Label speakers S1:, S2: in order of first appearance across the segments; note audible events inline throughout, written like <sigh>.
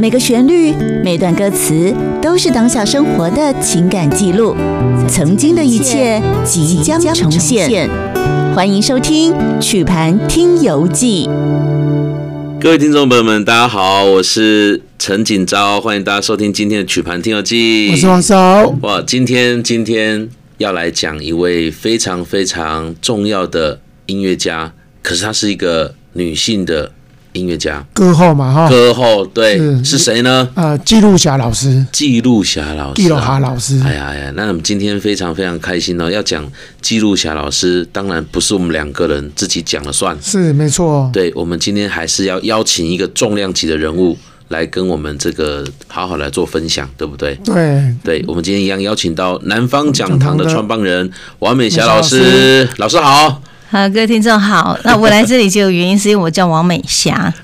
S1: 每个旋律、每段歌词都是当下生活的情感记录，曾经的一切即将重现。欢迎收听《曲盘听游记》。
S2: 各位听众朋友们，大家好，我是陈锦昭，欢迎大家收听今天的曲盘听友记。
S3: 我是王嫂，
S2: 哇，今天今天要来讲一位非常非常重要的音乐家，可是她是一个女性的音乐家，
S3: 歌后嘛哈，
S2: 歌后，对，
S3: 哦
S2: 是
S3: 是
S2: 谁呢？
S3: 啊，记录侠老师，
S2: 记录侠老师、
S3: 记录侠老师，
S2: 哦哎呀哎呀，那我们今天非常非常开心哦，要讲记录侠老师，当然不是我们两个人自己讲了算，
S3: 是没错，
S2: 对，我们今天还是要邀请一个重量级的人物来跟我们这个好好来做分享，对不对？
S3: 对，
S2: 对，我们今天一样邀请到南方讲堂的
S3: 讲堂的
S2: 创办人王美霞
S3: 美霞
S2: 老
S3: 老师
S2: 师，老师好。
S4: 好，各位听众好。那我来这里就有原因，是因为我叫王美
S2: <laughs>
S4: 霞。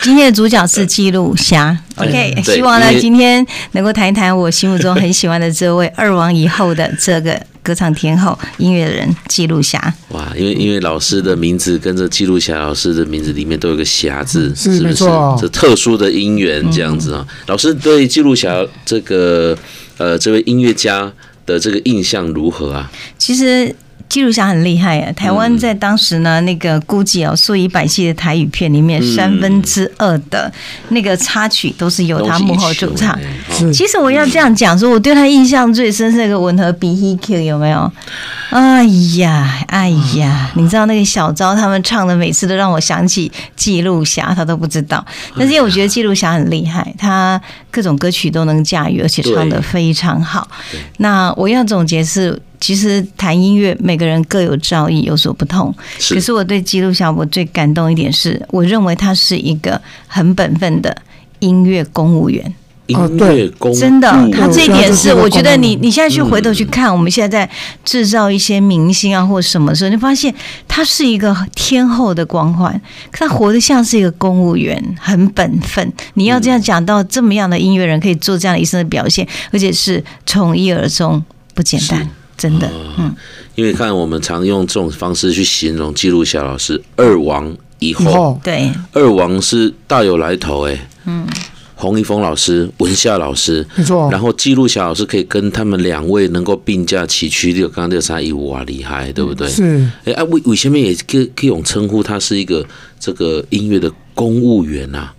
S4: 今天的主角是记录侠。OK，
S2: 哎对
S4: 希望呢
S2: 因为
S4: 今天能够谈一谈我心目中很喜欢的这位二王以后的这个歌唱天后、音乐人记录侠。
S2: 哇，因为因为老师的名字跟着记录霞老师的名字里面都有个霞字，
S3: 是
S2: 不
S3: 没
S2: 是？
S3: 错
S2: 这特殊的姻缘这样子啊。老师对记录霞这个呃这位音乐家的这个印象如何啊？
S4: 其实基鲁侠很厉害啊，台湾在当时呢，那个估计哦，数以百计的台语片里面，
S2: 嗯
S4: 三分之二的那个插曲都是由他幕后主唱
S2: 东西。一哎起
S3: 是
S4: 其实我要这样讲，说我对他印象最深是那个吻合 B E Q 有没有？哎呀，哎呀，你知道那个小昭他们唱的，每次都让我想起记录侠，他都不知道。但是因为我觉得记录侠很厉害，他各种歌曲都能驾驭，而且唱的非常好。那我要总结是，其实谈音乐，每个人各有造诣，有所不同。
S2: 是
S4: 可是我对记录侠，我最感动一点是，我认为他是一个很本分的音乐公务员。
S3: 哦
S2: 音
S3: 对
S2: 乐工
S4: 真的
S2: 嗯，
S4: 他这一点是，我觉得你
S3: 嗯
S4: 你现在去回头去看，我们现在在制造一些明星啊或什么时候，你发现他是一个天后的光环，可他活得像是一个公务员，很本分。你要这样讲到这么样的音乐人可以做这样的一生的表现，而且是从一而终，不简单，真的。嗯，
S2: 因为看我们常用这种方式去形容记录霞老师二王以
S3: 以
S2: 后，
S3: 后
S4: 对，
S2: 二王是大有来头哎、嗯，洪一峰老师、文夏老师，
S3: 没错
S2: 然，后记录霞老师可以跟他们两位能够并驾齐驱，六刚刚六三一五啊，厉害，对不对？
S3: 是
S2: 哎啊，为为什么也可以可以用称呼他是一个这个音乐的公务员啊？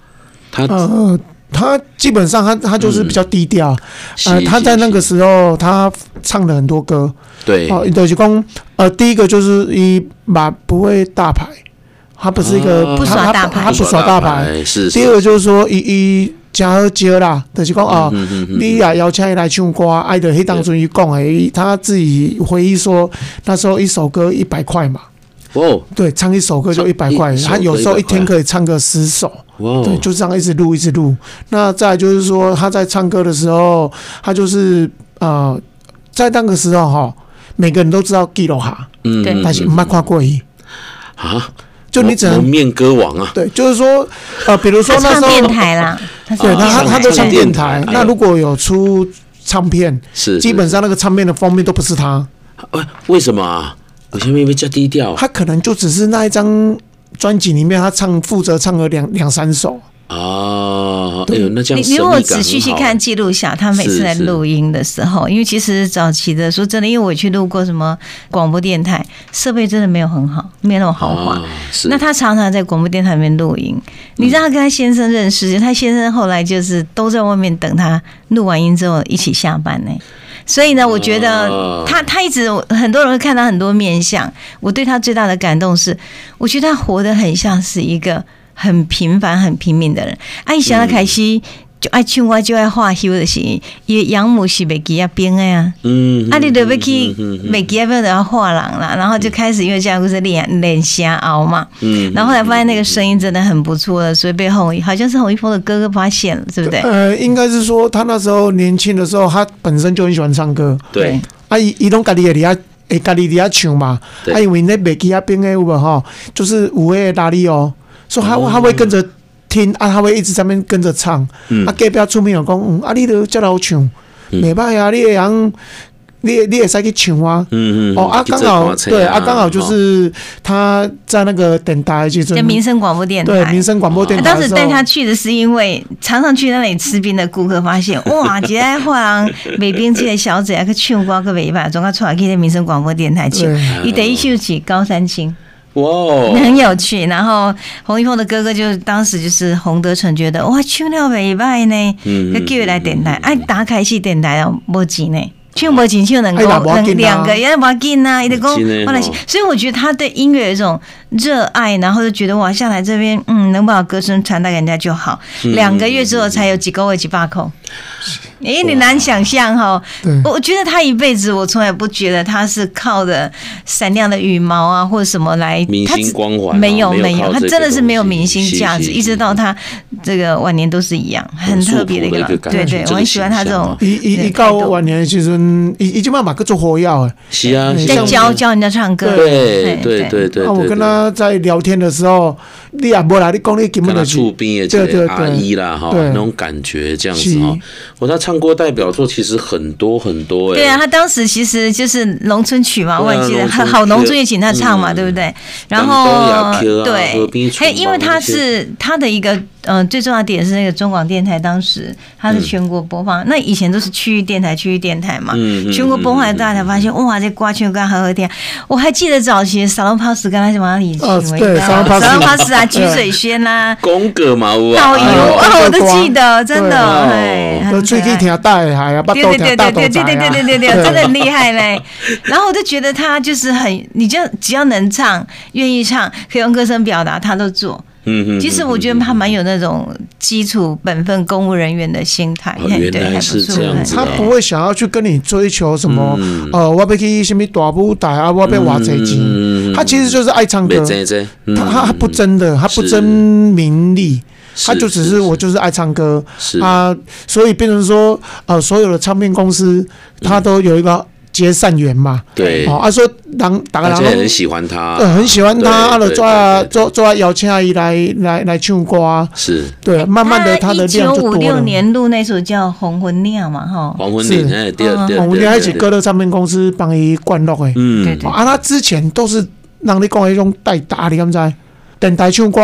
S2: 他、
S3: 呃，他基本上他他就是比较低调，呃，
S2: 嗯是
S3: 他在那个
S2: 是
S3: 时候他唱了很多歌，
S2: 对、
S3: 哦，就是讲，呃，第一个就是一把不会大牌，他不是一个
S2: 啊
S4: 不
S3: 他
S4: 耍
S3: 他
S4: 大牌
S3: 他不耍大牌，
S2: 是是
S3: 第二个就是说，伊伊诚好招啦，就是讲哦，
S2: 嗯嗯嗯
S3: 你也邀请伊来唱歌，啊爱的迄当中伊讲的，伊他自己回忆说，那时候一首歌一百块嘛，
S2: 哦
S3: 对，唱一首歌就一百块，
S2: 唱一首歌
S3: 他有时候一
S2: 100
S3: 天
S2: 块
S3: 可以唱个十首。
S2: 哇哦，
S3: 对，就这样一直录一直录。那再来就是说，他在唱歌的时候，他就是呃，在那个时候哈，每个人都知道 g i r o 哈，
S2: 嗯
S4: 对
S2: 嗯
S3: 哦但是
S2: 嗯
S3: 没看过伊，
S2: 啊，
S3: 就你只
S2: 蒙
S3: 能
S2: 面歌王啊，
S3: 对，就是说呃，比如说
S4: 他
S3: 那
S4: 唱
S3: 时
S4: 电
S3: 候。
S4: 台啦，他
S3: 对，那他
S2: 啊
S3: 他
S2: 都
S3: 都
S2: 唱
S3: 唱
S2: 电
S3: 电
S2: 台
S3: 台。
S2: 哎
S3: 那如果有出唱片，
S2: 是
S3: 基本上那个唱片的封面都不是他，
S2: 喂，为什么啊？我前面被叫低调啊
S3: 他可能就只是那一张专辑里面他唱负责唱了两两三首。？
S2: 哦啊哎呦，那这
S4: 你
S2: 样
S4: 你
S2: 神
S4: 如
S2: 秘
S4: 果
S2: 感
S4: 仔
S2: 很
S4: 细去
S2: 好
S4: 看，记录下，他每
S2: 是
S4: 次来
S2: 是
S4: 录音的时候，因为其实早期的说真的，因为我去录过什么广播电台，设备真的没有很好，没有那么豪华。
S2: 啊是
S4: 哦那他常常在广播电台里面录音，你知道他跟他先生认
S2: 嗯
S4: 识，他先生后来就是都在外面等他录完音之后一起下班呢、所以呢，我觉
S2: 哦
S4: 得他他一直很多人会看到很多面相，我对他最大的感动是，我觉得他活得很像是一个很平凡、很平民的人。爱想到凯西
S2: 嗯
S4: 就爱唱歌，就爱画休的是，伊养母是袂记啊变的啊。
S2: 嗯
S4: 啊，你就要
S2: 嗯
S4: 去啊
S2: 嗯嗯
S4: 美吉那边的画廊啦，然后就开始因为这样故事练练瞎熬嘛，
S2: 嗯
S4: 然后后来发现那个声音真的很不错了，所以被洪一好像是洪一峰的哥哥发现了，对不对？
S3: 呃，应该是说他那时候年轻的时候，他本身就很喜欢唱歌，
S2: 对，
S3: 啊，伊伊拢家己会伫遐，会家己伫遐唱嘛。
S2: 对
S3: 啊，因为那袂记啊边个有无吼，就是有迄个拉力哦，所以他、
S2: 哦
S3: 他会跟着听啊，他会一直在那边跟着唱。
S2: 嗯
S3: 啊啊，隔壁厝边有讲，嗯，啊，你都遮老唱，袂歹啊，你会晓你也你也使去唱啊。
S2: 嗯嗯，
S3: 哦啊，
S2: 去做
S3: 刚好
S2: 看册
S3: 对啊，刚好就
S2: 哦
S3: 是他在那个等待就
S4: 在
S3: 是
S4: 民生广播电
S3: 对
S4: 台。
S3: 民生广播电
S4: 啊
S3: 台
S4: 当
S3: 的
S4: 时
S3: 时
S4: 带他
S3: 候，
S4: 去的是因为常常去那里吃冰的顾客发现，
S3: <laughs>
S4: 哇，这在画北冰这个小姐啊，去唱歌个尾巴，总要出来去民生广播电台唱
S3: 对，
S4: 伊第一首是高山青，
S2: 哇哦，
S4: <laughs> 很有趣。然后洪一峰的哥哥就当时就是洪德成觉得哇，唱了尾巴呢，
S2: 嗯
S4: 就叫伊来电台，哎，打开是电台哦，无钱呢。唱无钱唱两个
S3: 哎呀无要紧啊
S4: 两两个，也无要紧啊，伊就讲，
S2: 真的哦
S4: 我来是，所以我觉得他对音乐有一种热爱，然后就觉得哇，下来这边，嗯，能把歌声传达给人家就好。
S2: 嗯
S4: 两个月之后才有几个月几把口，哎，你难想象哈。
S3: 对
S4: 我我觉得他一辈子，我从来不觉得他是靠着闪亮的羽毛啊，或者什么来
S2: 明
S4: 他只
S2: 星光环啊
S4: 没有
S2: 没有
S4: 没有，
S2: 靠
S4: 他
S2: 这个
S4: 真的是没有
S2: 东西
S4: 明星
S2: 是
S4: 价
S2: 是
S4: 值，一
S2: 是
S4: 直到他这个晚年都是一样，很特别的一个老
S2: 很素朴的一个
S4: 对
S2: 感觉
S4: 对，我
S2: 这个
S4: 很喜欢他这
S2: 形象
S4: 种
S2: 啊
S3: 一一一到晚年的时阵，伊伊即摆嘛个做火药诶。
S2: 是啊，是
S3: 对
S4: 在
S2: 啊
S3: 像
S4: 教教人家唱歌，
S2: 对对对对对，
S3: 啊，我跟他在聊天的时候，你也无啦，你讲你
S2: 跟
S3: 根本
S2: 他
S3: 就
S2: 触
S3: 是
S2: 边也
S3: 对对
S2: 这
S3: 对
S2: 阿姨啦哈，
S3: 对
S2: 那种感觉这样子哈
S3: 是。
S2: 我他唱歌代表作其实很多很多哎，
S4: 对啊，他当时其实就是农村曲嘛，
S2: 对啊
S4: 我也记得
S2: 农村曲
S4: 好农村也请他唱嘛，
S2: 嗯
S4: 对不对？然
S2: 南
S4: 后
S2: 岛也 Q 啊河边
S4: 对，
S2: 出
S4: 还有因为
S2: 门
S4: 他
S2: 那些
S4: 是他的一个嗯、呃最重要的点是那个中广电台当时他
S2: 嗯
S4: 是全国播放，那以前都是区域电台区域电台嘛，
S2: 嗯嗯嗯
S4: 全国播放大家才发现哇，这瓜全国好好听。我还记得早期沙龙帕斯跟他什么李奇
S3: 哦
S4: 伟
S3: 对
S4: 啊，
S3: 沙龙帕斯
S4: 沙龙
S3: <laughs>
S4: 帕斯啊，
S3: 对
S4: 菊水轩
S2: <laughs>
S4: 啦，
S2: 宫格嘛有啊，
S4: 导游
S3: 哎
S4: 啊，
S3: 呦
S4: 我都记得，真
S3: 对
S4: 的，
S2: 哦
S4: 哎，很
S3: 都
S4: 可
S3: 喙齿
S4: 爱。
S3: 听大的还啊，巴
S4: 对
S3: 肚
S4: 对对
S3: 听
S4: 对对
S3: 大肚
S4: 对
S3: 仔
S4: 对对对
S3: 啊。
S4: 对对，真的很厉害嘞。然后我就觉得他就是很，你就只要能唱、愿意唱，可以用歌声表达，他都做。
S2: 嗯嗯，
S4: 其实我觉得他蛮有那种基础本分公务人员的心态，
S2: 哦原
S4: 对，
S2: 来
S4: 还不
S2: 是
S4: 错
S2: 这样子
S3: 他
S2: 啊
S3: 不会想要去跟你追求什么
S2: 嗯，
S3: 呃，我要去什么大舞台啊，我要挖贼机。
S2: 嗯嗯嗯嗯
S3: 他其实就是爱唱歌
S2: 没，这这，嗯
S3: 啊他他他不，争的，他不
S2: 是
S3: 争名利，他就只是我就是爱唱歌
S2: 是
S3: 啊，所以变成说，呃，所有的唱片公司他都有一个结善缘嘛，
S2: 对，
S3: 哦，啊，说人大家
S2: 哎大
S3: 人
S2: 家
S3: 都
S2: 也很喜欢他，
S3: 呃，很喜欢
S2: 对
S3: 他，啊，就
S2: 对
S3: 做啊
S2: 对对
S3: 做做啊，邀请阿姨来来来唱歌啊，
S2: 是
S3: 对，慢慢的
S4: 他
S3: 的
S4: 一
S3: 量
S4: 九
S3: 就
S4: 五
S3: 多
S4: 六
S3: 了。
S4: 年录那首叫《红魂酿》嘛，哈，
S2: 黄昏
S3: 是
S2: 岭，哎，第二第二，
S3: 哦，我们
S2: 第
S3: 另
S2: 二
S3: 外一起歌，乐唱片公司帮伊灌录诶，
S2: 嗯，
S4: 对对
S3: 哦啊，他之前都是让你讲迄种代打，你敢知？电台唱歌，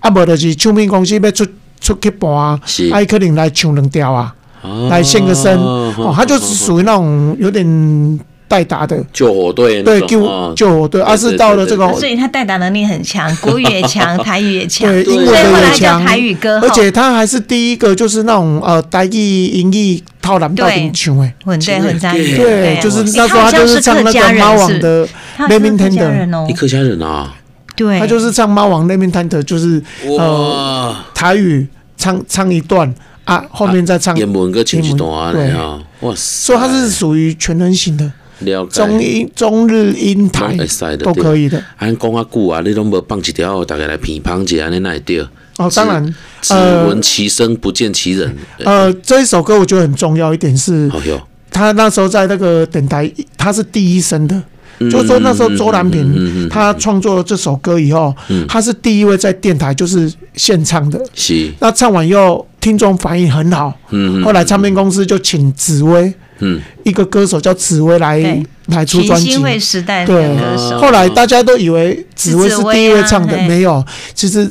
S3: 啊，无就是唱片公司要出出去盘，啊，
S2: 是
S3: 伊可能来唱两调啊，
S2: 哦
S3: 来献个身，
S2: 哦
S3: 哦，他就是属于那种有点代打的，
S2: 救火队那
S3: 对，
S2: 种，哦
S3: 救救对，
S2: 对
S3: 啊是
S2: 对
S3: 到了
S2: 对
S3: 这个
S2: 对
S4: 所以他代打能力很
S3: <laughs>
S4: 强，国语也强，台语也强，
S3: 对
S4: 所
S3: 英
S4: 以
S3: 文
S4: 后
S3: 的
S4: 来叫
S3: 也强，
S4: 台语歌后，
S3: 而且他还是第一个就是那种呃台语、英语套南到顶唱诶，
S4: 混对混杂语，
S3: 对，
S4: 啊
S3: 就是
S4: 诶
S3: 那时候
S4: 哎好
S3: 他
S4: 像
S3: 就是唱
S4: 客
S3: 那
S4: 家
S3: 个
S4: 人
S3: 猫
S4: 是
S3: 王的，
S4: 他是
S3: Lemon
S4: 客家
S3: Tender
S4: 人哦
S2: 一，客家人啊，
S4: 对，
S3: 他就是唱猫王那边探的，就是
S2: 哇，
S3: 台语唱唱一段啊，后面再唱，
S2: 英文个唱一段啊，
S3: 对
S2: 啊，哇塞，
S3: 所以他是属于全能型的，
S2: 了解
S3: 中英中日英台
S2: 拢会使的
S3: 都可以的。
S2: 俺讲啊久啊，你拢无放一条，大家来乒乓一下，安尼那会对。
S3: 哦，当然，
S2: 只
S3: 呃
S2: 闻其声不见其人。
S3: 呃，这一首歌我觉得很重要一点是，
S2: 好哟，
S3: 他那时候在那个电台，他是第一声的。就是说那时候周兰
S2: 嗯嗯嗯嗯嗯嗯
S3: 平
S2: 嗯
S3: 他创作了这首歌以后，他是第一位在电台就是现唱的。
S2: 是，
S3: 那唱完以后，听众反应很好，
S2: 嗯，
S3: 后来唱片公司就请紫薇
S2: 嗯，
S3: 一个歌手叫紫薇来
S4: 对
S3: 来出
S4: 全
S3: 专
S4: 新卫
S3: 辑。
S4: 时代的
S3: 对
S4: 歌手，
S3: 后来大家都以为紫薇
S4: 是
S3: 是
S4: 紫薇啊
S3: 第一位唱的
S4: 嘿，
S3: 没有，其实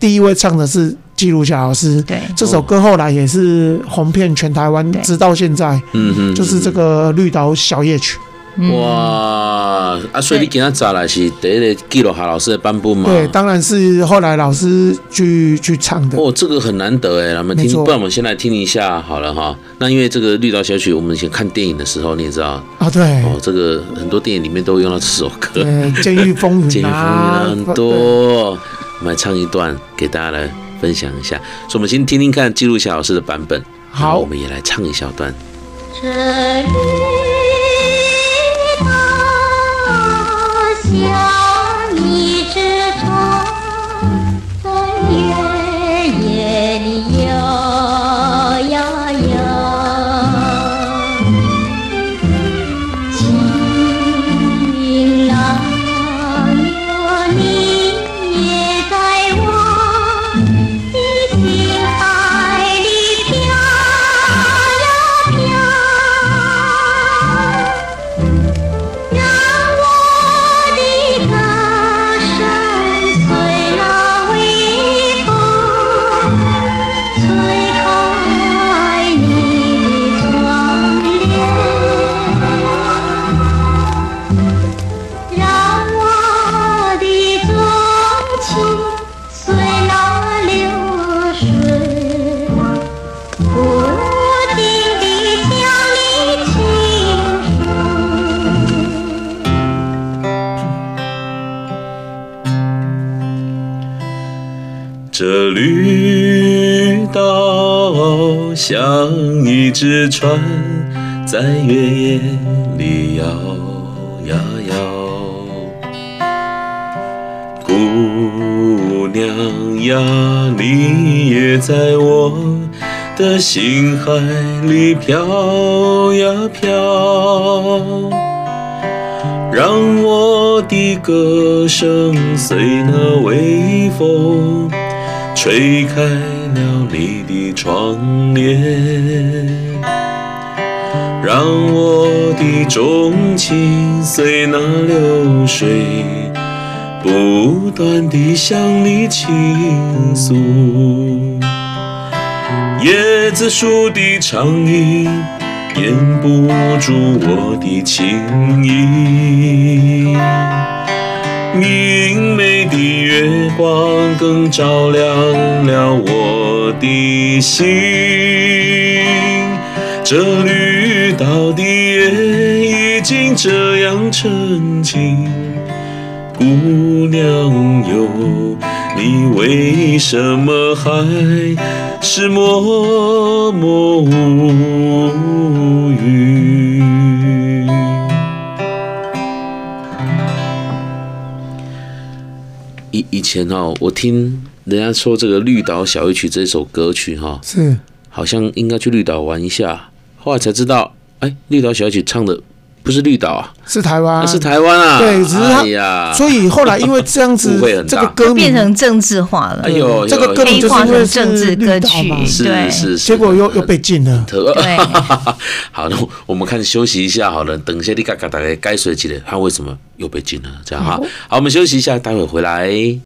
S3: 第一位唱的是季如霞老师。
S4: 对
S3: 这首歌后来也是红遍全台湾
S4: 对，
S3: 直到现在，
S2: 嗯嗯，
S3: 就是这个绿岛小夜曲。
S4: 嗯
S2: 哇啊！所以你今仔早来是第一个记录下老师的版本嘛？
S3: 对，当然是后来老师去去唱的。
S2: 哦，这个很难得哎，咱们
S3: 没
S2: 听，
S3: 错
S2: 不然我们先来听一下好了哈。那因为这个绿岛小曲，我们以前看电影的时候，你也知道
S3: 啊，对，
S2: 哦，这个很多电影里面都会用到这首歌，
S3: 呃，监狱风
S2: 《剑
S3: 云
S2: 风云》
S3: 啊，
S2: 很多。我们来唱一段给大家来分享一下，所以我们先听听看记录下老师的版本。
S3: 好
S2: 我们也来唱一小段。
S5: 这绿岛像一只船，在月夜里摇呀摇。情郎哟，你也在我的心海里飘呀飘。
S2: 绿岛像一只船，在月夜里摇呀摇。姑娘呀，你也在我的心海里飘呀飘。让我的歌声随那微风，吹开了你的窗帘。让我的钟情随那流水，不断地向你倾诉。椰子树的长影掩不住我的情意。明媚的月光更照亮了我的心。这绿岛的夜已经这样沉静，姑娘哟，你为什么还是默默无语？以以前哦，我听人家说这个《绿岛小夜曲》这首歌曲哈、
S3: 是
S2: 好像应该去绿岛玩一下，后来才知道，哎，绿岛小夜曲唱的不是绿岛啊，
S3: 是台湾，
S2: 那是台湾啊。
S3: 对，只是他，
S2: 哎呀，
S3: 所以后来因为这样子
S2: 误会很，
S3: 这
S2: 大
S3: 个歌
S4: 变
S3: 名，
S4: 成政治化了
S2: 哎，呦，
S3: 呃这个
S2: 有
S3: 歌名
S4: 黑
S3: 就是
S4: 化
S3: 因为
S4: 成
S3: 是
S4: 政治歌
S3: 绿岛
S4: 曲
S3: 嘛，
S2: 是
S4: 对
S2: 是是，
S3: 结果又又被禁了。
S2: 特。
S4: 对
S2: <laughs> 好，那我我们看休息一下好了，等一下你嘎嘎大概该水起来，他为什么又被禁了？这样哈，好，我们休息一下，待会回来。